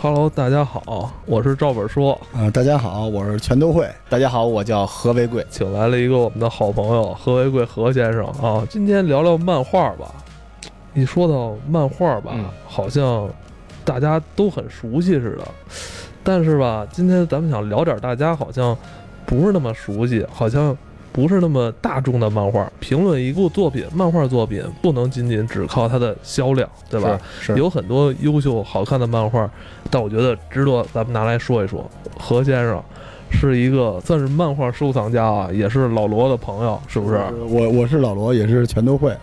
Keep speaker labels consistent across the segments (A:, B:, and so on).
A: Hello，大家好，我是赵本说，
B: 啊，大家好，我是全都会。
C: 大家好，我叫何为贵。
A: 请来了一个我们的好朋友何为贵何先生啊。今天聊聊漫画吧。一说到漫画吧，
C: 嗯
A: 好像大家都很熟悉似的，但是吧，今天咱们想聊点大家好像不是那么熟悉，好像不是那么大众的漫画。评论一部作品，漫画作品不能仅仅只靠它的销量，对吧？
B: 是？是
A: 有很多优秀好看的漫画，但我觉得值得咱们拿来说一说。何先生是一个算是漫画收藏家啊，也是老罗的朋友，是不是？
B: 我我是老罗，也是全都会。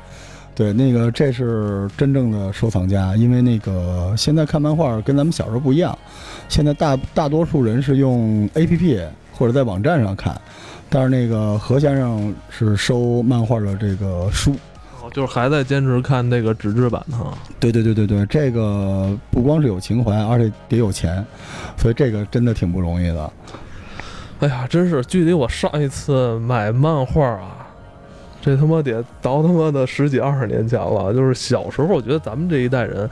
B: 对，那个这是真正的收藏家，因为那个现在看漫画跟咱们小时候不一样，现在大大多数人是用 APP 或者在网站上看，但是那个何先生是收漫画的这个书。
A: 哦就是还在坚持看那个纸质版的哈。
B: 对对对对对，这个不光是有情怀，而且得有钱，所以这个真的挺不容易的。
A: 哎呀，真是距离我上一次买漫画啊，这他妈得倒他妈的十几二十年前了。就是小时候，我觉得咱们这一代人，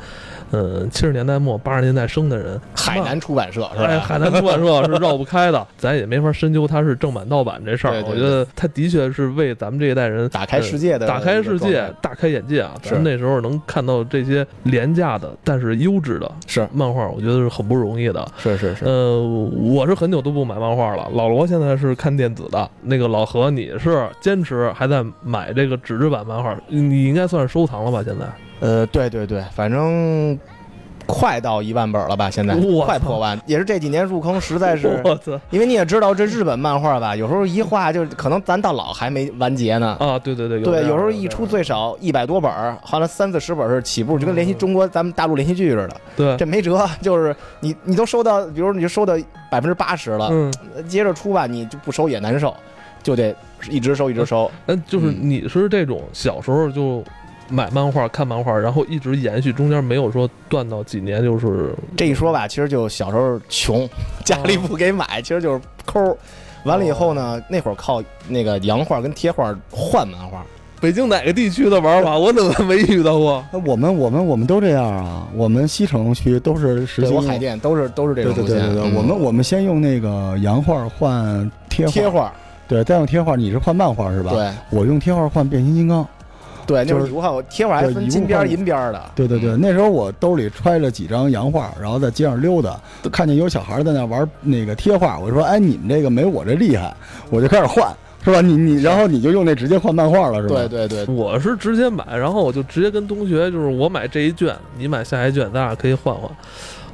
A: 嗯，七十年代末八十年代生的人，
C: 海南出版社是吧？
A: 哎，海南出版社是绕不开的，咱也没法深究它是正版盗版这事儿。
C: 对对
A: 我觉得它的确是为咱们这一代人嗯
C: 打开世界的
A: 打开世界、大开眼界啊！咱们那时候能看到这些廉价的但是优质的
C: 是
A: 漫画，我觉得是很不容易的。
C: 是是是，
A: 呃，我是很久都不买漫画了。老罗现在是看电子的，那个老何你是坚持还在买这个纸质版漫画，你应该算是收藏了吧？现在
C: 呃，对对对，反正快到一万本了吧？现在
A: 我操。
C: 快破万，也是这几年入坑，实在是
A: 我操
C: 因为你也知道，这日本漫画吧，有时候一画就可能咱到老还没完结呢。
A: 啊！对对对，有这
C: 对，
A: 样
C: 有时候
A: 的
C: 一
A: 这
C: 出
A: 样的
C: 最少一百多本儿，好像三四十本儿是起步，就跟连续
A: 嗯
C: 中国咱们大陆连续剧似的。
A: 对，
C: 这没辙，就是你你都收到，比如你就收到百分之八十了，
A: 嗯，
C: 接着出吧，你就不收也难受，就得一直收一直收。
A: 那就是
C: 嗯
A: 你是这种小时候就买漫画、看漫画，然后一直延续，中间没有说断到几年，就是
C: 这一说吧，其实就小时候穷，家
A: 哦
C: 里不给买，其实就是抠。完了以后呢，那会儿靠那个洋画跟贴画换漫画，
A: 北京哪个地区的玩法，我怎么没遇到过？
B: 那呃我们我们我们都这样啊，我们西城区都是实
C: 对
B: 行
C: 我海淀都是都是这种
B: 对
C: 路
B: 对
C: 线。
B: 对对对，
C: 嗯
B: 我们我们先用那个洋画换贴画，
C: 贴画，
B: 对，再用贴画，你是换漫画是吧？，
C: 对
B: 我用贴画换变形金刚。
C: 对，那
B: 就是
C: 会儿礼物画，贴画还
B: 对
C: 分
B: 礼物
C: 金边儿
B: 画
C: 银边儿的。
B: 对对对，
C: 嗯，
B: 那时候我兜里揣着几张洋画，然后在街上溜达，看见有小孩在那玩那个贴画，我说：“哎，你们这个没我这厉害。”我就开始换，是吧？你你，然后你就用那直接换漫画了，是吧？
C: 对对对，
A: 我是直接买，然后我就直接跟同学，就是我买这一卷，你买下一卷，咱俩可以换换。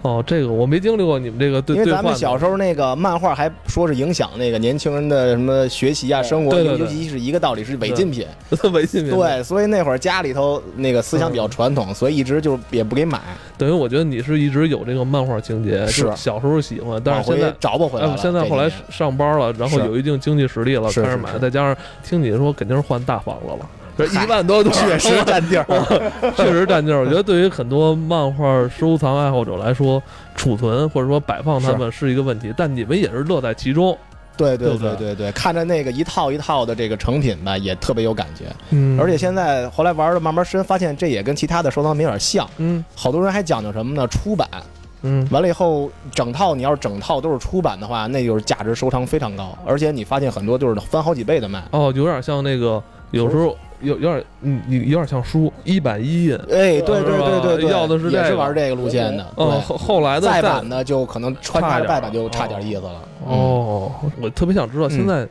A: 哦，这个我没经历过你们这个对
C: 因为
A: 对
C: 咱
A: 换
C: 们
A: 的。
C: 小时候那个漫画还说是影响那个年轻人的什么学习啊、生活，
A: 对对对
C: 尤其是一个道理是违禁品。
A: 候违禁品，，
C: 对，所以那会儿家里头那个思想比
A: 嗯
C: 较传统，所以一直就也不给买，
A: 等于我觉得你是一直有这个漫画情节，
C: 是
A: 就小时候喜欢，但
C: 往
A: 是现在
C: 回找不回来
A: 哎
C: 了。
A: 现在后来上班了，然后
C: 是
A: 有一定经济实力了，
C: 是
A: 开始
C: 是
A: 买，
C: 是
A: 再加上听你说肯定是换大房子了，这
C: 嗨
A: 一万多
C: 这
A: 对
C: 几年确实占地儿，
A: 确实占地儿。我觉得对于很多漫画收藏爱好者来说，储存或者说摆放它们是一个问题，但你们也是乐在其中。
C: 对
A: 对
C: 对
A: 不对
C: 对对对，看着那个一套一套的这个成品吧，也特别有感觉。
A: 嗯
C: 而且现在后来玩的慢慢深，发现这也跟其他的收藏品有点像。
A: 嗯
C: 好多人还讲究什么呢？出版
A: 嗯，
C: 完了以后，整套你要是整套都是出版的话，那就是价值收藏非常高，而且你发现很多就是翻好几倍的卖。
A: 哦，有点像那个，有时候有有点，嗯，你有点像书一版一印。
C: 哎，对对
A: 是吧
C: 对对对，
A: 要的是这
C: 也
A: 个
C: 是玩这个路线的。
A: 哦，
C: 对
A: 后后来的再
C: 再版的就可能穿插着再版就差点意思了。
A: 哦，我特别想知道
C: 嗯
A: 现在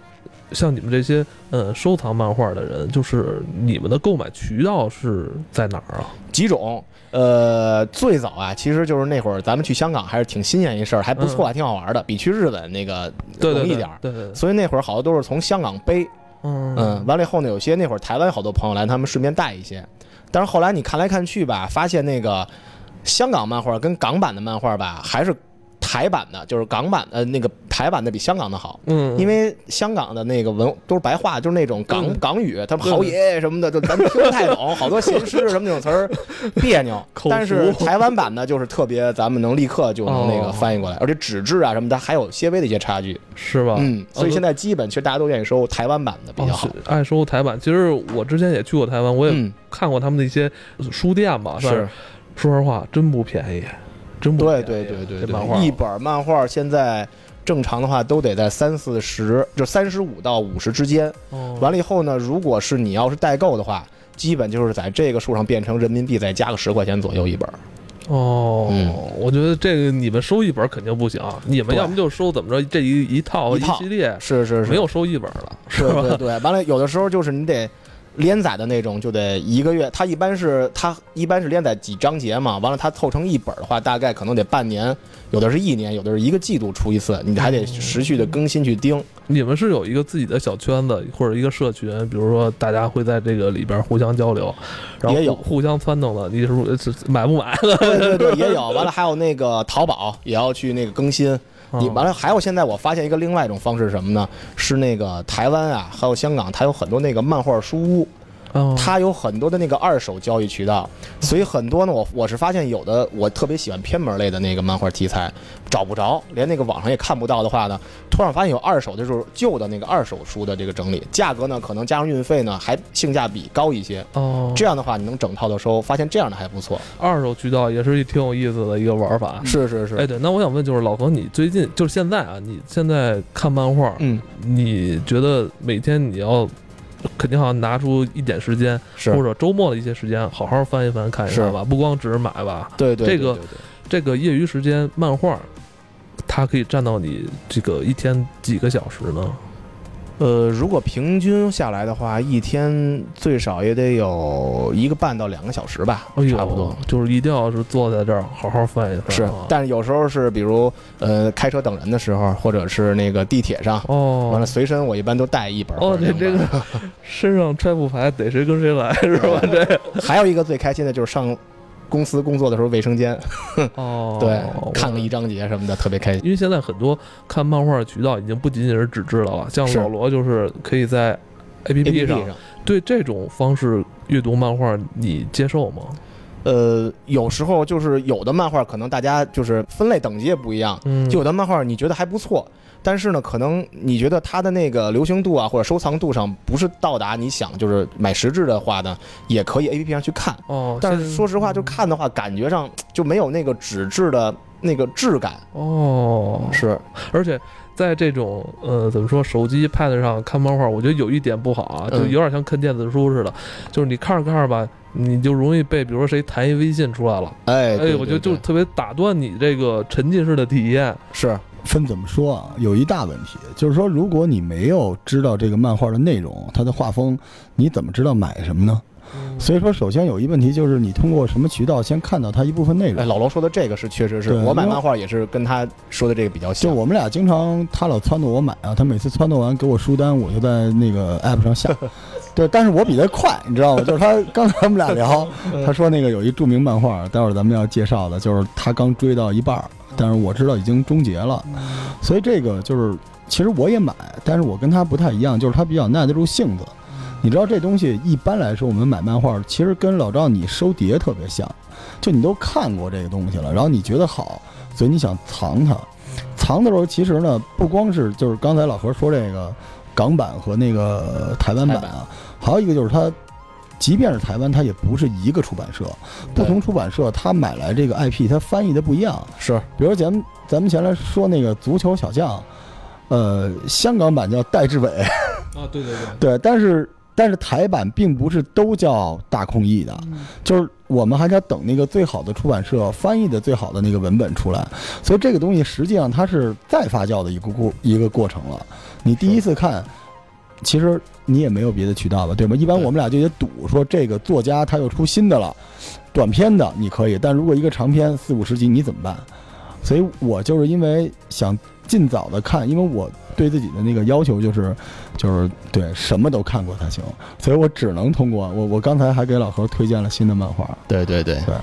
A: 像你们这些呃收藏漫画的人，就是你们的购买渠道是在哪儿啊？
C: 嗯，几种，呃，最早啊，其实就是那会儿咱们去香港还是挺新鲜一事儿，还不错，挺好玩的，比去日本那个
A: 对
C: 容
A: 对
C: 易
A: 对
C: 点儿。
A: 对对，对
C: 所以那会儿好多都是从香港背，
A: 嗯
C: 嗯，完了以后呢，有些那会儿台湾好多朋友来，他们顺便带一些。但是后来你看来看去吧，发现那个香港漫画跟港版的漫画吧，还是台版的，就是港版呃那个台版的比香港的好。
A: 嗯，
C: 因为香港的那个文都是白话，就是那种港
A: 嗯
C: 港语，他们
A: 对
C: 豪爷什么的，就咱们听不太 懂，好多闲诗什么那种词儿别扭
A: 口。
C: 但是
A: 服
C: 台湾版的就是特别，咱们能立刻就能那
A: 哦
C: 个翻译过来，而且纸质啊什么的还有些微的一些差距。
A: 是吧？
C: 嗯，所以
A: 呃
C: 现在基本其实大家都愿意收台湾版的比较好
A: 哦。是爱收台版。其实我之前也去过台湾，我也
C: 嗯，
A: 看过他们的一些书店吧，算
C: 是。
A: 说实话，真不便宜。真不
C: 对
A: 便
C: 对
A: 宜
C: 对对
A: 这
C: 对，
A: 漫画
C: 一本漫画现在正常的话都得在三四十，就三十五到五十之间。
A: 哦
C: 完了以后呢，如果是你要是代购的话，基本就是在这个数上变成人民币，再加个十块钱左右一本。
A: 哦，
C: 嗯
A: 我觉得这个你们收一本肯定不行，你们
C: 对
A: 要么就收怎么着这一一套
C: 一套
A: 系列，
C: 是是是，
A: 没有收一本了，是
C: 对对
A: 吧？
C: 对，完了有的时候就是你得连载的那种，就得一个月。它一般是它一般是连载几章节嘛，完了它凑成一本的话，大概可能得半年，有的是一年，有的是一个季度出一次，你还得持续的更新去盯。
A: 你们是有一个自己的小圈子或者一个社群，比如说大家会在这个里边互相交流，然后
C: 也有
A: 互互相撺弄的，你是不是是买不买的？
C: 对对对，也有。完了还有那个淘宝也要去那个更新。
A: 嗯
C: 你完了，还有现在我发现一个另外一种方式是什么呢？是那个台湾啊，还有香港，它有很多那个漫画书屋，
A: 哦，
C: 它有很多的那个二手交易渠道，
A: 嗯
C: 所以很多呢，我我是发现有的我特别喜欢偏门类的那个漫画题材找不着，连那个网上也看不到的话呢，突然发现有二手的就是旧的那个二手书的这个整理，价格呢可能加上运费呢还性价比高一些，
A: 哦，
C: 这样的话你能整套的收，发现这样的还不错。
A: 二手渠道也是一挺有意思的一个玩法。
C: 是是
A: 哎，
C: 是，
A: 对，那我想问，就是老冯，你最近就是现在啊，你现在看漫画，
C: 嗯，
A: 你觉得每天你要肯定好像拿出一点时间，
C: 是
A: 或者周末的一些时间，好好翻一翻看一看
C: 是
A: 吧，不光只是买吧。
C: 对对，
A: 这
C: 对
A: 个
C: 对对
A: 这个业余时间漫画，它可以占到你这个一天几个小时呢？
C: 呃，如果平均下来的话，一天最少也得有一个半到两个小时吧，
A: 哎呦，
C: 差不多。，
A: 就是一定要是坐在这儿好好翻一翻啊。
C: 是，但是有时候是比如呃开车等人的时候，或者是那个地铁上，完了
A: 哦
C: 随身我一般都带一本。
A: 哦，这这个身上拆不牌，逮谁跟谁来是吧？这
C: 还有一个最开心的就是上公司工作的时候卫生间，
A: 哦，
C: 对，
A: 我
C: 看个一张节什么的，特别开心。
A: 因为现在很多看漫画的渠道已经不仅仅是纸质了吧，像
C: 是
A: 老罗就是可以在 A P
C: A
A: P
C: P P
A: 上
C: 上，
A: 对这种方式阅读漫画，你接受吗？
C: 呃，有时候就是有的漫画可能大家就是分类等级也不一样，
A: 嗯，
C: 就有的漫画你觉得还不错，但是呢，可能你觉得它的那个流行度啊或者收藏度上不是到达你想就是买实质的话呢，也可以 A P P 上去看。
A: 哦，
C: 但
A: 现
C: 是
A: 在
C: 说实话，就看的话，感觉上就没有那个纸质的那个质感。
A: 哦，
C: 是，
A: 而且在这种呃怎么说手机 Pad 上看漫画，我觉得有一点不好啊，就
C: 嗯
A: 有点像看电子书似的，就是你看着看着吧，你就容易被比如说谁弹一微信出来了，
C: 哎，
A: 哎
C: 对，
A: 我觉得
C: 对
A: 就
C: 对
A: 特别打断你这个沉浸式的体验。
C: 是，
B: 分怎么说啊？有一大问题，就是说，如果你没有知道这个漫画的内容，它的画风，你怎么知道买什么呢？所以说，首先有一问题就是你通过什么渠道先看到它一部分内
C: 哎，
B: 容。
C: 老罗说的这个是确实是
B: 对
C: 我买
B: 因为
C: 漫画也是跟他说的这个比较
B: 就
C: 像。
B: 我们俩经常，他老撺掇我买啊，他每次撺掇完给我书单，我就在那个 app 上下。对，但是我比他快，你知道吗？ 就是他刚才我们俩聊，他说那个有一著名漫画，待会儿咱们要介绍的，就是他刚追到一半儿，但是我知道已经终结了，所以这个就是其实我也买，但是我跟他不太一样，就是他比较耐得住性子。你知道这东西一般来说，我们买漫画其实跟老赵你收碟特别像，就你都看过这个东西了，然后你觉得好，所以你想藏它。藏的时候，其实呢，不光是就是刚才老何说这个港版和那个台湾版
C: 台
B: 啊，还有一个就是它，即便是台湾，它也不是一个出版社，不
C: 对
B: 同出版社它买来这个 IP，它翻译的不一样。
C: 是
B: 比如咱们咱们前来说那个足球小将，呃，香港版叫戴志伟，
A: 啊，对对对，
B: 对，但是但是台版并不是都叫大空翼的，就是我们还得等那个最好的出版社翻译的最好的那个文本出来，所以这个东西实际上它是再发酵的一个过一个过程了。你第一次看，其实你也没有别的渠道吧，对吧？一般
C: 对
B: 我们俩就得赌说这个作家他又出新的了，短篇的你可以，但如果一个长篇四五十集你怎么办？所以我就是因为想尽早的看，因为我对自己的那个要求就是，就是对什么都看过才行，所以我只能通过我我刚才还给老何推荐了新的漫画，
C: 对对对
B: 对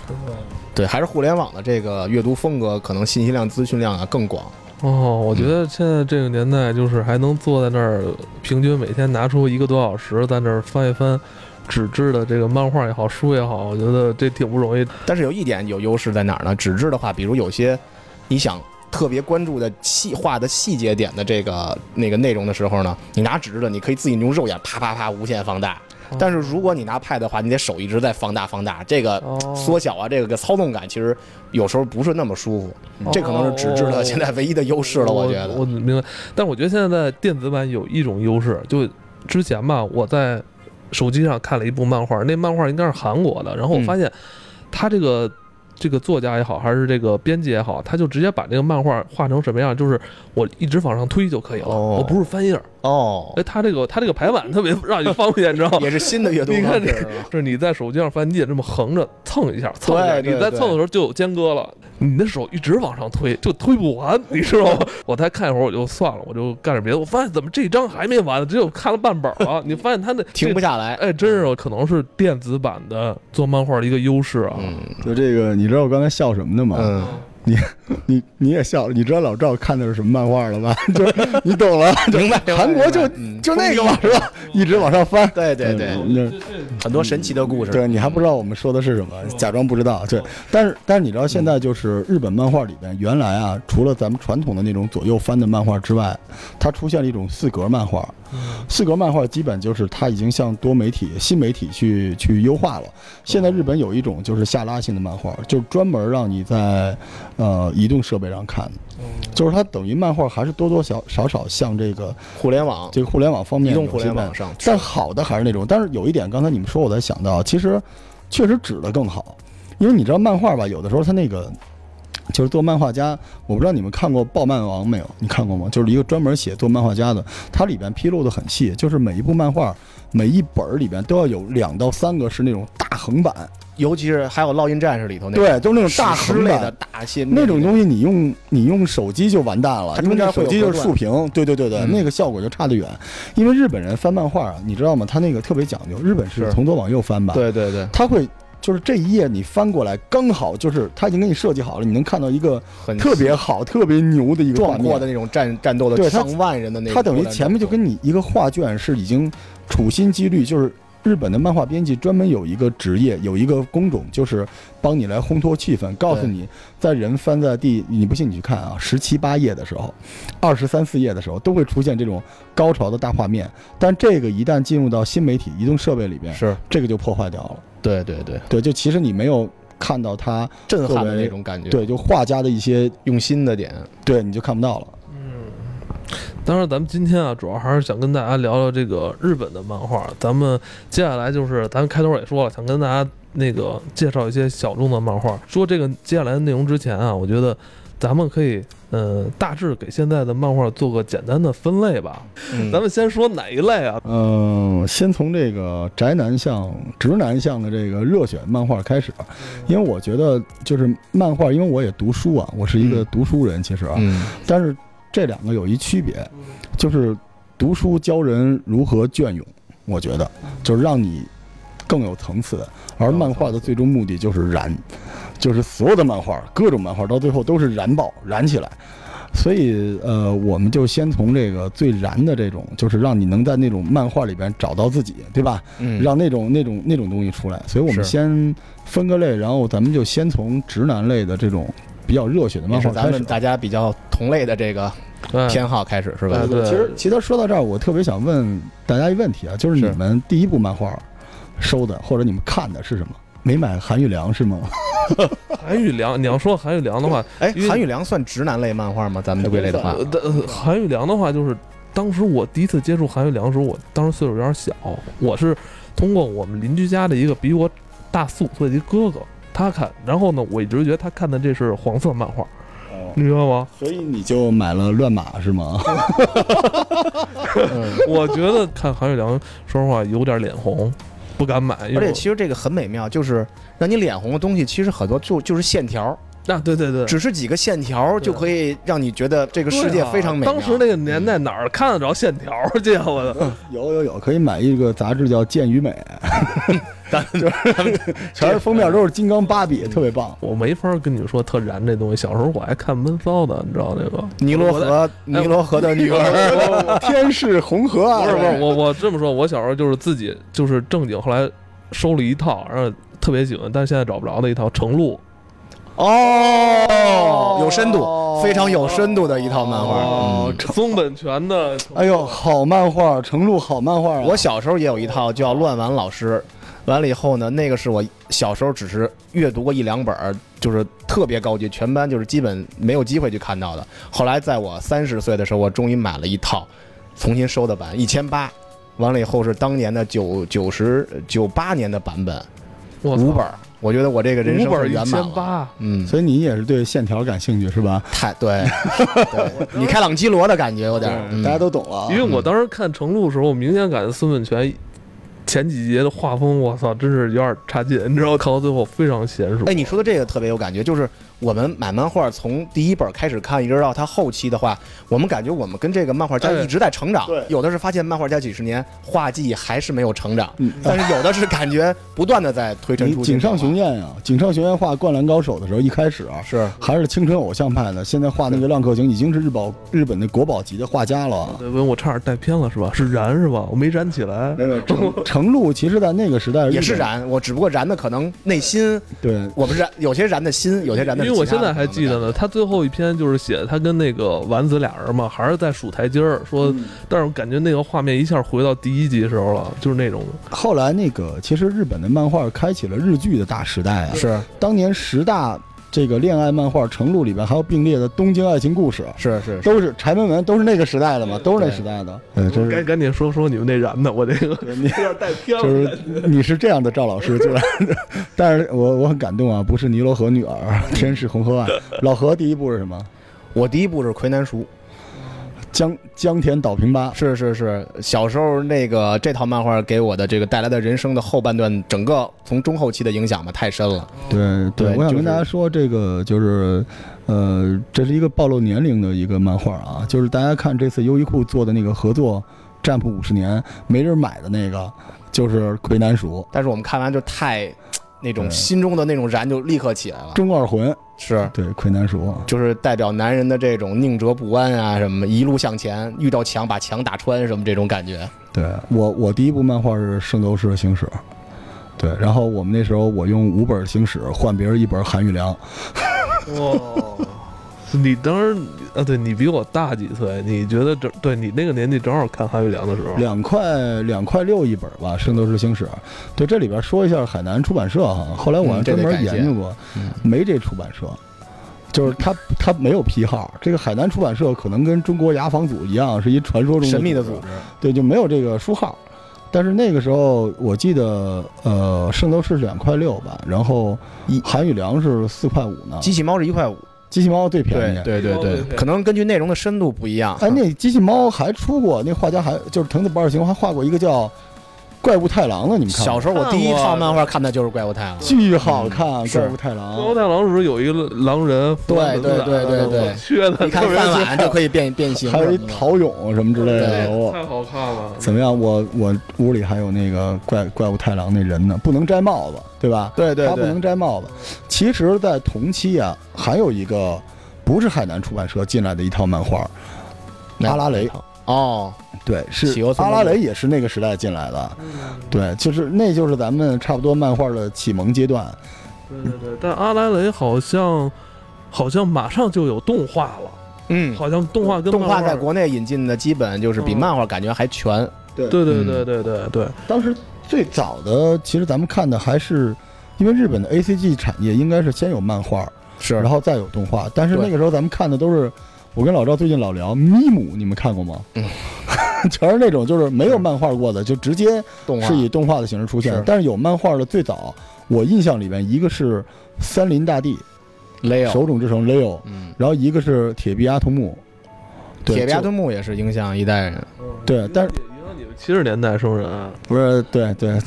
C: 对，还是互联网的这个阅读风格，可能信息量、资讯量啊更广。
A: 哦，我觉得现在这个年代，就是还能坐在那儿，平均每天拿出一个多小时，在那儿翻一翻纸质的这个漫画也好，书也好，我觉得这挺不容易。
C: 但是有一点有优势在哪儿呢？纸质的话，比如有些你想特别关注的细化的细节点的这个那个内容的时候呢，你拿纸质的，你可以自己用肉眼啪啪啪无限放大，但是如果你拿 Pad 的话，你得手一直在放大放大，这个
A: 哦
C: 缩小啊，这个操纵感其实有时候不是那么舒服。
A: 哦
C: 这可能是纸质的现在唯一的优势了，
A: 我
C: 觉
A: 我
C: 得。
A: 明白，但我觉得现在的电子版有一种优势，就之前吧，我在手机上看了一部漫画，那漫画应该是韩国的，然后我
C: 嗯
A: 发现他这个。这个作家也好，还是这个编辑也好，他就直接把这个漫画画成什么样，就是我一直往上推就可以了，
C: 哦
A: 我不是翻页儿。
C: 哦，
A: 哎，他这个他这个排版特别让你 方便，你知道吗？
C: 也是新的阅读
A: 你看
C: 方式
A: 这
C: 是吧。
A: 就是你在手机上翻，你也这么横着蹭一下，蹭一下，
C: 对对
A: 你在
C: 对
A: 蹭的时候就有间隔了，你的手一直往上推，就推不完，你知道吗？ 我再看一会儿我就算了，我就干点别的。我发现怎么这章还没完呢，只有看了半本儿啊！你发现他那
C: 停不
A: 下，
C: 下来，
A: 哎，真是可能是电子版的做漫画的一个优势啊。
C: 嗯
B: 就这个，你知道我刚才笑什么的吗？
C: 嗯，
B: 你你也笑了，你知道老赵看的是什么漫画了 吧？就是你懂了，就
C: 明白。明白
B: 韩国就
C: 嗯
B: 就那个嘛，是吧？一直往上翻。嗯
C: 对对对，
B: 那
C: 很多嗯神奇的故事。哦
B: 对你还不知道我们说的是什么，假装不知道。对，但是但是你知道现
C: 嗯
B: 在就是日本漫画里边，原来啊，除了咱们传统的那种左右翻的漫画之外，它出现了一种四格漫画。
C: 嗯
B: 四格漫画基本就是它已经向多媒体、新媒体去去优化了。现在日本有一种就是下拉性的漫画，就是专门让你在呃移动设备上看的，
C: 哦
B: 就是它等于漫画还是多多少少少向这个
C: 互联网
B: 这个互联网方面
C: 移动
B: 有
C: 互联
B: 些
C: 网
B: 办
C: 上去
B: 但好的还是那种。但是有一点，刚才你们说，我才想到，其实确实纸的更好，因为你知道漫画吧，有的时候它那个就是做漫画家，我不知道你们看过《暴漫王》没有？你看过吗？就是一个专门写做漫画家的，它里边披露的很细，就是每一部漫画。每一本儿里边都要有两到三个是那种大横版，
C: 尤其是还有《烙印战士》里头那种
B: 对，都是那种大
C: 史诗
B: 横
C: 类
B: 版
C: 的大些
B: 那种东西你用你用手机就完蛋了
C: 它，
B: 因为
C: 中间
B: 那
C: 会
B: 手
C: 有
B: 机
C: 隔
B: 就是
C: 断
B: 竖屏，对对对对，
C: 嗯
B: 那个效果就差得远。因为日本人翻漫画啊，你知道吗？他那个特别讲究，日本是
C: 是
B: 从左往右翻吧，，
C: 对对对，
B: 他会就是这一页你翻过来刚好就是他已经给你设计好了，你能看到一个
C: 很
B: 特别好、特别牛的一个
C: 壮
B: 画
C: 阔
B: 面
C: 的那种战战斗的
B: 对它
C: 上万人的那种
B: 他
C: 作
B: 等
C: 战状况，
B: 于前面就跟你一个画卷是已经处心积虑，就是日本的漫画编辑专门有一个职业，有一个工种，就是帮你来烘托气氛，告诉
C: 对
B: 你在人翻在第，你不信你去看啊，十七八页的时候，二十三四页的时候，都会出现这种高潮的大画面，但这个一旦进入到新媒体、移动设备里边，
C: 是
B: 这个就破坏掉了。
C: 对对对
B: 对，就其实你没有看到他
C: 震撼
B: 作
C: 的
B: 为
C: 那种感觉，
B: 对，就画家的一些
C: 用心的点，
B: 对，你就看不到了。
A: 当然，咱们今天啊，主要还是想跟大家聊聊这个日本的漫画。咱们接下来就是，咱们开头也说了，想跟大家那个介绍一些小众的漫画。说这个接下来的内容之前啊，我觉得咱们可以，呃，大致给现在的漫画做个简单的分类吧。
C: 嗯
A: 咱们先说哪一类啊？
B: 嗯，先从这个宅男向、直男向的这个热血漫画开始，因为我觉得就是漫画，因为我也读书啊，我是一个
C: 嗯
B: 读书人，其实啊，
C: 嗯
B: 但是这两个有一区别，就是读书教人如何隽永，我觉得
C: 嗯
B: 就是让你更有层次，而漫画的最终目的就是燃，
C: 嗯
B: 就是所有的漫画，各种漫画到最后都是燃爆，燃起来。所以，呃，我们就先从这个最燃的这种，就是让你能在那种漫画里边找到自己，对吧？
C: 嗯，
B: 让那种那种那种东西出来。所以我们
C: 是
B: 先分个类，然后咱们就先从直男类的这种比较热血的
C: 也
B: 漫
C: 是
B: 画
C: 咱
B: 开
C: 们
B: 始。
C: 大家比较同类的这个
A: 哎，
C: 偏好开始是吧
A: 对？
B: 呃其实其实说到这儿，我特别想问大家一个问题啊，就是
C: 是
B: 你们第一部漫画收的或者你们看的是什么？没买韩玉良是吗？
A: 韩玉良，你要说韩玉良的话，
C: 哎
A: 呃因为，
C: 韩宇良算直男类漫画吗？咱们归类的话
A: 呃，但呃韩玉良的话，就是当时我第一次接触韩玉良的时候，我当时岁数有点小，我是通过我们邻居家的一个比我大四五岁的一哥哥，他看，然后呢，我一直觉得他看的这是黄色漫画，
C: 哦
A: 你知道吗？
B: 所以你就买了乱码是 吗？
C: 嗯
A: 我觉得看韩玉良，说实话有点脸红，不敢买，因
C: 而
A: 为
C: 且
A: 我
C: 其实这个很美妙，就是让你脸红的东西，其实很多就就是线条，
A: 啊，对对对。
C: 只是几个线条就可以让你觉得这个世界非常美
A: 对啊
C: 妙。
A: 当时那个年代哪儿看得着线条儿去啊？我 的，
B: 有有有，可以买一个杂志叫《健与美》， 就是全是封面都是金刚芭比，特别棒。
A: 我没法跟你说特燃这东西。小时候我还看闷骚的，你知道这个
C: 尼罗河，尼罗河的女儿，
B: 天是红河啊！
A: 不是不是，我我这么说，我小时候就是自己就是正经，后来收了一套，然后特别喜欢，但是现在找不着的一套《成露
C: 哦，有深度，
B: 哎哦
C: 非常有深度的一套漫画。
A: 哦
C: 嗯，
A: 松本泉的，
B: 哎呦，好漫画，程璐好漫画啊！
C: 我小时候也有一套叫《乱玩老师》，完了以后呢，那个是我小时候只是阅读过一两本儿，就是特别高级，全班就是基本没有机会去看到的。后来在我三十岁的时候，我终于买了一套重新收的版，一千八。完了以后是当年的九九十九八年的版本，
A: 我操
C: 五本儿。我觉得我这个人
A: 五
C: 生
A: 本
C: 是
A: 一
C: 圆
A: 千
C: 满了。
A: 八，
C: 嗯，
B: 所以你也是对线条感兴趣是吧？
C: 太 对，对你开朗基罗的感觉有点儿，嗯
B: 大家都懂了啊
A: 因。为我当时看程璐的时候，我明显感觉孙本泉前几节的画风，我操，真是有点差劲，你知道，看到最后非常娴熟。
C: 哎，你说的这个特别有感觉，就是我们买漫画从第一本开始看，一直到它后期的话，我们感觉我们跟这个漫画家
A: 哎
C: 一直在成长。
B: 对
C: 有的是发现漫画家几十年画技还是没有成长，
B: 嗯
C: 但是有的是感觉不断的在推陈
B: 你
C: 出新
B: 井
C: 变化。
B: 上雄彦啊，井上雄彦画《灌篮高手》的时候，一开始啊
C: 是
B: 还是青春偶像派的，现在画那个浪客行已经是日宝日本的国宝级的画家了啊。
A: 对，问我差点带偏了是吧？是燃是吧？我没燃起来。
B: 那个程程璐，其实在那个时代
C: 也是
B: 日本，
C: 燃，我只不过燃的可能内心，
B: 对，
C: 我们燃有些燃的心，有些燃的。
A: 因为我现在还记得呢，，他最后一篇就是写他跟那个丸子俩人嘛，还是在数台阶儿，说，但是我感觉那个画面一下回到第一集时候了，就是那种
B: 后来那个其实日本的漫画开启了日剧的大时代啊。
C: 是
B: 当年十大这个恋爱漫画程璐里边还有并列的《东京爱情故事》，
C: 是是是，
B: 都是柴门文，都是那个时代的嘛，都是那
C: 对
B: 时代的。对，真
A: 该
B: 是。
A: 赶紧说说你们那燃的，我这个 有
B: 你
A: 点带偏
B: 就
A: 了。
B: 是你是这样的赵老师，就是， 但是我我很感动啊，不是尼罗河女儿，真是红河 岸。老何第一部是什么？
C: 我第一部是《魁南熟》，
B: 江江田岛平八，
C: 是是是，小时候那个这套漫画给我的这个带来的人生的后半段，整个从中后期的影响吧，太深了。
B: 对
C: 对
B: 我想
C: 就
B: 跟大家
C: 是
B: 说，这个就是，呃，这是一个暴露年龄的一个漫画啊，就是大家看这次优衣库做的那个合作《占卜五十年》，没人买的那个，就是《魁南鼠
C: 但是我们看完就太哎那种
B: 对
C: 心中的那种燃就立刻起来了》，，
B: 中二魂，
C: 是，
B: 对，《魁南鼠》啊。
C: 就是代表男人的这种宁折不弯啊，什么一路向前，遇到墙把墙打穿，什么这种感觉。
B: 对我，我第一部漫画是《圣斗士星矢》，对，然后我们那时候我用五本星矢换别人一本韩玉良，
A: 哇， 你当时啊，对你比我大几岁，你觉得正对你那个年纪正好看韩玉良的时候，
B: 两块两块六一本吧，《圣斗士星矢》。对，这里边说一下海南出版社哈，后来我还
C: 嗯这
B: 专
C: 得
B: 门
C: 感谢
B: 研究过，
C: 嗯
B: 没这出版社，就是他他没有批号。这个海南出版社可能跟中国牙防组一样，是一传说中
C: 神秘的
B: 组
C: 组
B: 织，
C: 织，
B: 对，就没有这个书号。但是那个时候，我记得，呃，《圣斗士》是两块六吧，然后
C: 一
B: 韩宇良是四块五呢，
C: 机器猫是一块五，
B: 机器猫最便宜。
C: 对对对，
A: 对
C: 可能根据内容的深度不一样。
B: 哎，那机器猫还出过，那画家还就是藤子不二雄还画过一个叫《怪物太郎》的，你们看过吗
C: 小时候我第一
A: 看过
C: 套漫画看的就是《怪物太郎》，
B: 巨好看，
C: 嗯是
B: 怪物太
A: 光
B: 郎。
A: 太郎时候有一个狼人，
C: 对对对对对
A: 缺的
C: 你看饭碗就可以变变形，
B: 还有一
C: 什么的
B: 陶俑什么之类的，
A: 对，
B: 我
A: 太好看了。
B: 怎么样？我我屋里还有那个怪怪物太郎那人呢，不能摘帽子，对吧？
C: 对对
B: 他不
C: 对
B: 能摘帽子。其实，在同期啊，还有一个不是海南出版社进来的一套漫画，
C: 那
B: 阿拉蕾
C: 哦，
B: 对，是
C: 企鹅村
B: 阿
C: 庄
B: 拉蕾也是那个时代进来的，对，就是那就是咱们差不多漫画的启蒙阶段。
A: 对对对，但阿莱蕾好像好像马上就有动画了，
C: 嗯，
A: 好像动画跟
C: 动画
A: 漫
C: 在国内引进的基本就是比
A: 嗯
C: 漫画感觉还全。
B: 对
A: 对对对对对对，
B: 当时最早的，其实咱们看的还是，因为日本的 A C G 产业应该是先有漫画，
C: 是
B: 然后再有动画。但是
C: 对
B: 那个时候咱们看的都是，我跟老赵最近老聊咪姆，你们看过吗？
C: 嗯
B: 全是那种就是没有漫画过的，就直接
C: 动画
B: 是以动画的形式出现
C: 是。
B: 但是有漫画的最早，我印象里面一个是森林大地
C: Leo，
B: 手冢治虫 Leo，
C: 嗯，
B: 然后一个是铁臂阿童木。对
C: 铁臂阿
B: 就
C: 童木也是影响一代人。
B: 对但是
A: 影响你们七十年代生人啊，
B: 不是对对，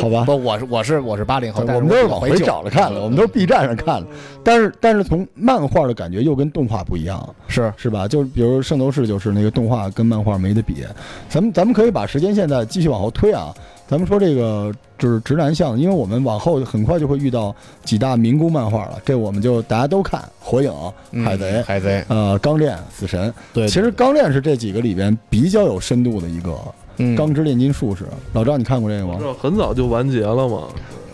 B: 好 吧，
C: 不，我是我是我是八零后，但
B: 啊我们都是往
C: 回
B: 回找着看的，嗯我们都是 B 站上看的。但是但是从漫画的感觉又跟动画不一样，
C: 是
B: 是吧？就比如《圣斗士》，就是那个动画跟漫画没得比。咱们咱们可以把时间现在继续往后推啊，咱们说这个就是直男向，因为我们往后很快就会遇到几大民工漫画了，这我们就大家都看《火影》《海贼》
C: 嗯海贼，
B: 呃，钢炼、死神，
C: 对，
B: 其实钢炼是这几个里边比较有深度的一个。
C: 嗯
B: 钢之炼金术士，老赵，你看过这个吗
A: 我知？道很早就完结了嘛，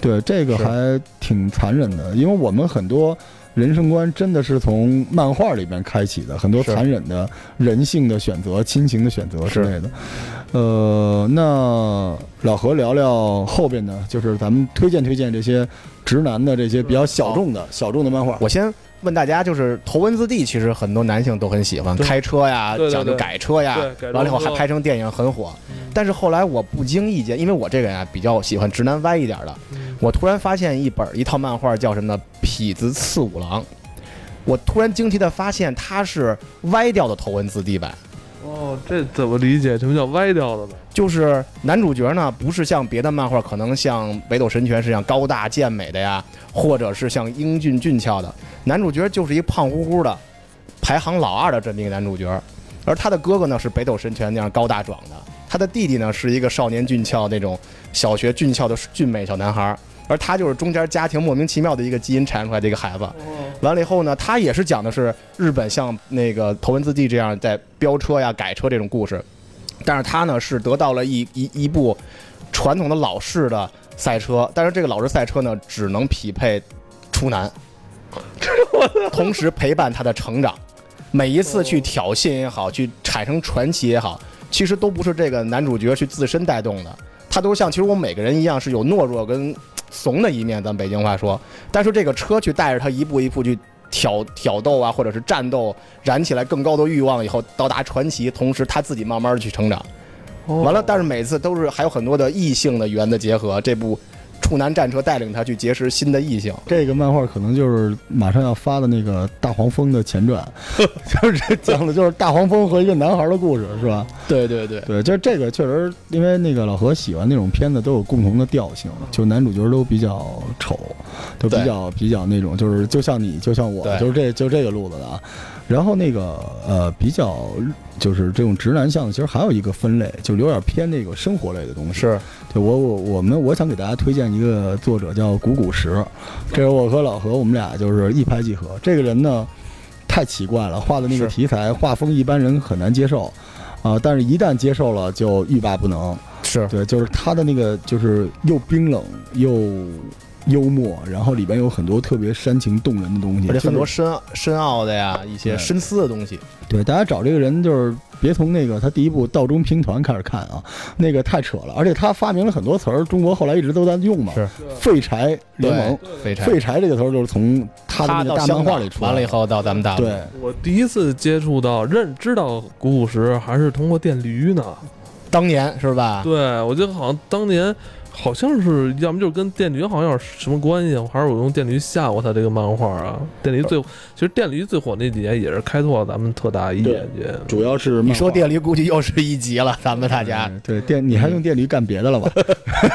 B: 对，这个
C: 是
B: 还挺残忍的，因为我们很多人生观真的是从漫画里面开启的，很多
C: 是
B: 残忍的人性的选择、亲情的选择之
C: 是
B: 类的。呃，那老何聊聊后边呢，就是咱们推荐推荐这些直男的这些比较小众的、
C: 哦
B: 小众的漫画。
C: 我先问大家，就是头文字 D，其实很多男性都很喜欢，
A: 对
C: 开车呀
A: 对对，对
C: 讲究改车呀
A: 对改，装
C: 完了以后
A: 车
C: 还拍成电影，很火。但是后来我不经意间，因为我这个人啊比较喜欢直男歪一点的，我突然发现一本一套漫画叫什么呢？痞子次五郎。我突然惊奇的发现，它是歪掉的头文字 D 版。
A: 哦，这怎么理解？什么叫歪掉的呢？
C: 就是男主角呢，不是像别的漫画，可能像《北斗神拳》是像高大健美的呀，或者是像英俊俊俏的，男主角就是一胖乎乎的，排行老二的这么一个男主角。而他的哥哥呢是《北斗神拳》那样高大壮的，他的弟弟呢是一个少年俊俏那种小学俊俏的俊美小男孩，而他就是中间家庭莫名其妙的一个基因产出来的一个孩子。完了以后呢，他也是讲的是日本像那个头文字 D 这样在飙车呀、改车这种故事，但是他呢是得到了一一一部传统的老式的赛车，但是这个老式赛车呢只能匹配处男，同时陪伴他的成长。每一次去挑衅也好，去产生传奇也好，其实都不是这个男主角去自身带动的，他都像其实我们每个人一样是有懦弱跟怂的一面，咱北京话说，但是这个车去带着他一步一步去挑挑逗啊，或者是战斗，燃起来更高的欲望以后，到达传奇，同时他自己慢慢的去成长。
A: 哦
C: 完了，但是每次都是还有很多的异性的缘的结合，这部处男战车带领他去结识新的异性。
B: 这个漫画可能就是马上要发的那个《大黄蜂》的前 传，就是这讲的就是大黄蜂和一个男孩的故事，是吧？
C: 对对对，
B: 对，就是这个确实，因为那个老何喜欢那种片子都有共同的调性，就男主角都比较丑，都比
C: 对
B: 较比较那种，就是就像你，就像我，
C: 对
B: 就是这就这个路子的啊。然后那个呃，比较就是这种直男向的，其实还有一个分类，就有点偏那个生活类的东西。
C: 是
B: 对我我我们我想给大家推荐一个作者叫谷谷石，这是我和老何我们俩就是一拍即合。这个人呢太奇怪了，画的那个
C: 是
B: 题材画风一般人很难接受啊、但是一旦接受了就欲罢不能。
C: 是，
B: 对，就是他的那个就是又冰冷又幽默，然后里边有很多特别煽情动人的东西，
C: 而且
B: 就是
C: 很多深深奥的呀，一些
B: 对
C: 深思的东西。
B: 对，大家找这个人就是别从那个他第一部《道中兵团》开始看啊，那个太扯了。而且他发明了很多词儿，中国后来一直都在用嘛。
C: 是
B: 废柴联盟，
C: 非常
B: 废柴这个词儿就是从他的那个
C: 到
B: 大
C: 香
B: 漫画
C: 港
B: 里出来
C: 完
B: 的。
C: 了以后到咱们大陆，
B: 对，
A: 我第一次接触到认知道古古石，还是通过电驴呢。
C: 当年是吧？
A: 对，我记得好像当年好像是，要么就是跟电驴好像有什么关系，还是我用电驴吓唬他这个漫画啊。电驴最其实电驴最火那几年也是开拓咱们特大一
B: 对
A: 眼界。
B: 主要是
C: 你说
B: 电
C: 电驴估计又是一集了，咱们大家。
B: 对电，你还用电驴干别的了吧？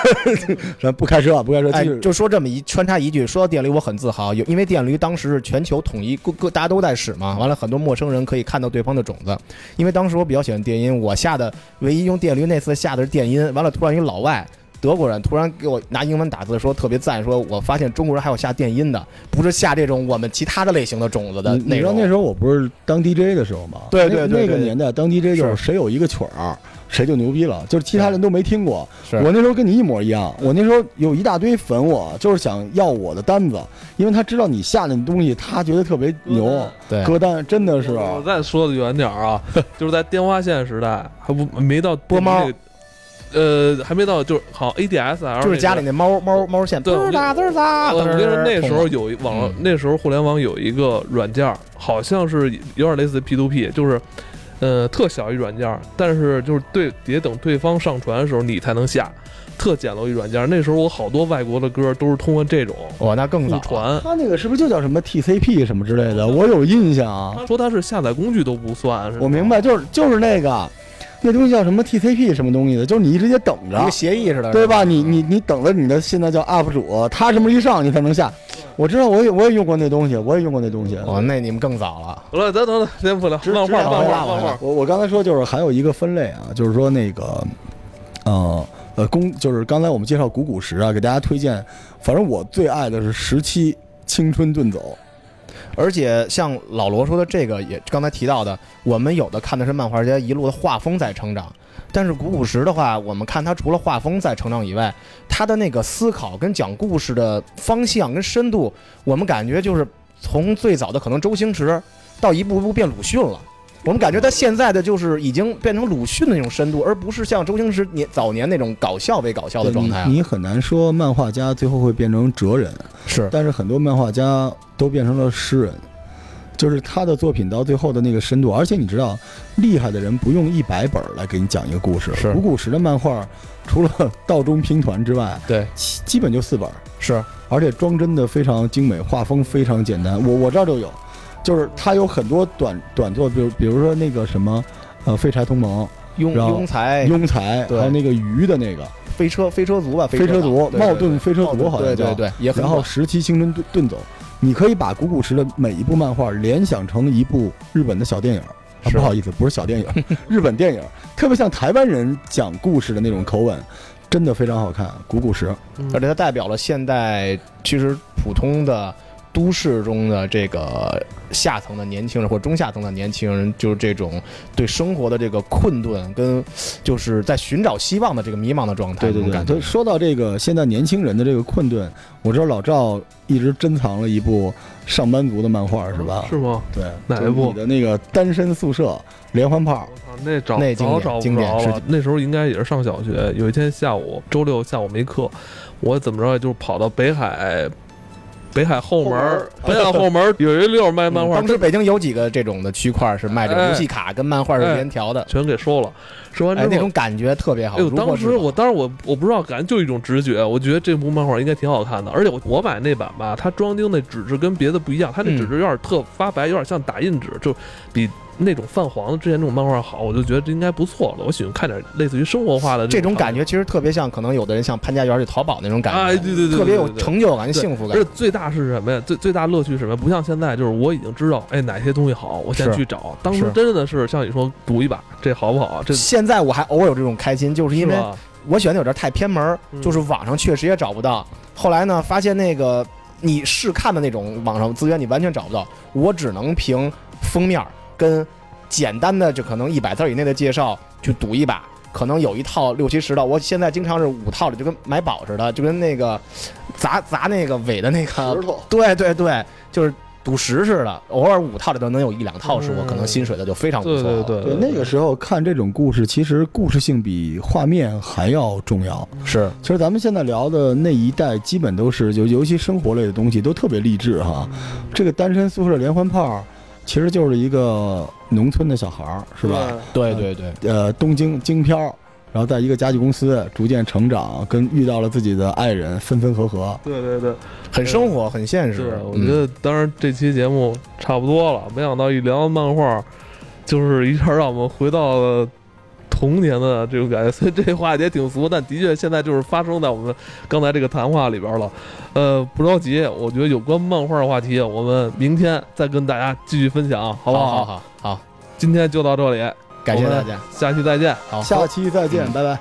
B: 咱不开车啊，不开车，
C: 哎
B: 继，续。
C: 就说这么一穿插一句，说到电驴，我很自豪，有因为电驴当时是全球统一，各各大家都在使嘛。完了，很多陌生人可以看到对方的种子。因为当时我比较喜欢电音，我下的唯一用电驴那次下的是电音。完了，突然一老外德国人突然给我拿英文打字说特别赞，说我发现中国人还有下电音的，不是下这种我们其他的类型的种子的
B: 你你
C: 内
B: 知道
C: 容。
B: 那时候我不是当 DJ 的时候吗？
C: 对
B: 那
C: 对对
B: 那个
C: 对
B: 年代当 DJ 就是
C: 是
B: 谁有一个曲儿，谁就牛逼了，就是其他人都没听过。
C: 是
B: 我那时候跟你一模一样，我那时候有一大堆粉我，就是想要我的单子，因为他知道你下的东西，他觉得特别牛。
C: 对
B: 歌单真的是，
C: 啊
A: 我再说的远点儿 啊，就是在电话线时代，还不没到
C: 拨猫
A: 那个，呃，还没到就是好像 ADSL，
C: 就是家里那猫猫猫线，
A: 对我
C: 嘚哒嘚哒。
A: 我跟你说，那时候
C: 痛
A: 有一网络
C: 嗯，
A: 那时候互联网有一个软件儿，好像是有点类似于 P to P，就是，呃，特小一软件儿，但是就是对，得等对方上传的时候你才能下，特简陋一软件儿。那时候我好多外国的歌都是通过这种
C: 苦哦哇，那更
A: 互
C: 早
A: 传，
B: 他那个是不是就叫什么 TCP 什么之类的？我有印象啊，
A: 说它是下载工具都不算，是吧
B: 我明白，就是就是那个，那东西叫什么 TCP 什么东西的，就是你直接等
C: 一
B: 着
C: 个，协议似的，
B: 对
C: 是
B: 吧？你你你等着你的现在叫 UP 主，他什么时候一上你才能下。我知道，我也我也用过那东西，我也用过那东西。
C: 哦，那你们更早了。
A: 好了，咱等等，先不聊
B: 直
A: 漫
B: 直
A: 画，
B: 聊
A: 漫
B: 回
A: 画，
B: 来
A: 漫画。
B: 我我刚才说就是还有一个分类啊，就是说那个，呃呃，公就是刚才我们介绍古古石啊，给大家推荐，反正我最爱的是十七青春遁走，
C: 而且像老罗说的这个，也刚才提到的，我们有的看的是漫画家一路的画风在成长，但是古古石的话，我们看他除了画风在成长以外，他的那个思考跟讲故事的方向跟深度，我们感觉就是从最早的可能周星驰，到一步一步变鲁迅了。我们感觉他现在的就是已经变成鲁迅的那种深度，而不是像周星驰年早年那种搞笑为搞笑的
B: 对
C: 状
B: 你
C: 态、啊。
B: 你很难说漫画家最后会变成哲人，
C: 是
B: 但是很多漫画家都变成了诗人，就是他的作品到最后的那个深度。而且你知道，厉害的人不用一百本儿来给你讲一个故事
C: 是。
B: 古古时的漫画，除了 道中拼团之外，
C: 对，
B: 其基本就四本儿，
C: 是
B: 而且装帧的非常精美，画风非常简单。我我这儿就有，就是他有很多短短作，比如比如说那个什么，呃，废柴同盟、
C: 庸
B: 然后
C: 庸才
B: 庸才，还
C: 哎对
B: 有那个鱼的那个
C: 飞车飞车族吧，
B: 飞车
C: 车
B: 族、
C: 对对
B: 茂
C: 对
B: 顿飞车族，好像
C: 对
B: 叫
C: 对对，也很
B: 然后十期青春遁遁走，你可以把古古时的每一部漫画联想成一部日本的小电影。啊，
C: 是
B: 不好意思，不是小电 影，日本电影，特别像台湾人讲故事的那种口吻，真的非常好看。古古时，
C: 而且它代表了现代其实普通的都市中的这个下层的年轻人或中下层的年轻人，就是这种对生活的这个困顿跟就是在寻找希望的这个迷茫的状态，
B: 对对
C: 这种
B: 对。
C: 感觉
B: 就说到这个现在年轻人的这个困顿，我知道老赵一直珍藏了一部上班族的漫画，是吧？
A: 嗯是吗？
B: 对，
A: 哪一
B: 就是
A: 部
B: 你的那个单身宿舍连环炮
A: 我，操，那找
C: 那经
A: 早
C: 典
A: 找不
C: 经典
A: 着
C: 是
A: 了。那时候应该也是上小学，有一天下午，周六下午没课，我怎么着也就是跑到北海，北海后门儿，
B: 后门儿
A: 北海后门儿有一溜儿卖漫
C: 嗯
A: 画，哎
C: 当时北京有几个这种的区块是卖这种游戏卡跟漫画是连条的，
A: 全给收了。收完
C: 哎，那
A: 之后
C: 种，感觉特别好。
A: 哎呦，
C: 如获
A: 当
C: 至
A: 时
C: 宝
A: 我当时我我不知道，感觉就一种直觉，我觉得这部漫画应该挺好看的。而且我我买那版吧，它装订那纸质跟别的不一样，它那
C: 嗯
A: 纸质有点特发白，有点像打印纸，就比。那种泛黄的之前那种漫画好，我就觉得这应该不错了。我喜欢看点类似于生活化的
C: 这
A: 种
C: 种
A: 场景
C: 感觉其实特别像，可能有的人像潘家园去淘宝那种感觉，
A: 哎对对对对
C: 特别有
A: 对对
C: 成就感、
A: 对
C: 幸福感
A: 而。且最大是什么呀？最最大乐趣是什么？不像现在，就是我已经知道，哎，哪些东西好，我先
C: 是
A: 去找。当时
C: 是
A: 真的是像你说，赌一把，这好不好？这
C: 现在我还偶尔有这种开心，就是因为
A: 是吧
C: 我选的有点太偏门儿
A: 嗯，
C: 就是网上确实也找不到。后来呢，发现那个你试看的那种网上资源你完全找不到，我只能凭封面儿跟简单的就可能一百字以内的介绍去赌一把。可能有一套六七十的，我现在经常是五套的，就跟买宝似的，就跟那个砸砸那个尾的那个
B: 石头
C: 对对对，就是赌石似的。偶尔五套的都能有一两套是我
A: 嗯
C: 可能薪水的，就非常不
A: 对
C: 错了。
A: 对对
B: 对，那个时候看这种故事，其实故事性比画面还要重要。
C: 是
B: 其实咱们现在聊的那一代，基本都是就尤其生活类的东西，都特别励志哈。这个单身宿舍连环炮，其实就是一个农村的小孩儿，是吧？？
C: 对对对，
B: 呃，东京京漂，然后在一个家具公司逐渐成长，跟遇到了自己的爱人，分分合合。
A: 对对对，
C: 很生活，很现
A: 是
C: 实。
A: 我
C: 嗯
A: 觉得，当然这期节目差不多了。没想到一聊漫画，就是一下让我们回到了童年的这种感觉。所以这话也挺俗，但的确现在就是发生在我们刚才这个谈话里边了。呃，不着急，我觉得有关漫画的话题，我们明天再跟大家继续分享，好不
C: 好好好好，
A: 今天就到这里，
C: 感谢大家。
A: 下期再见。
C: 好，
B: 下期再见，拜拜。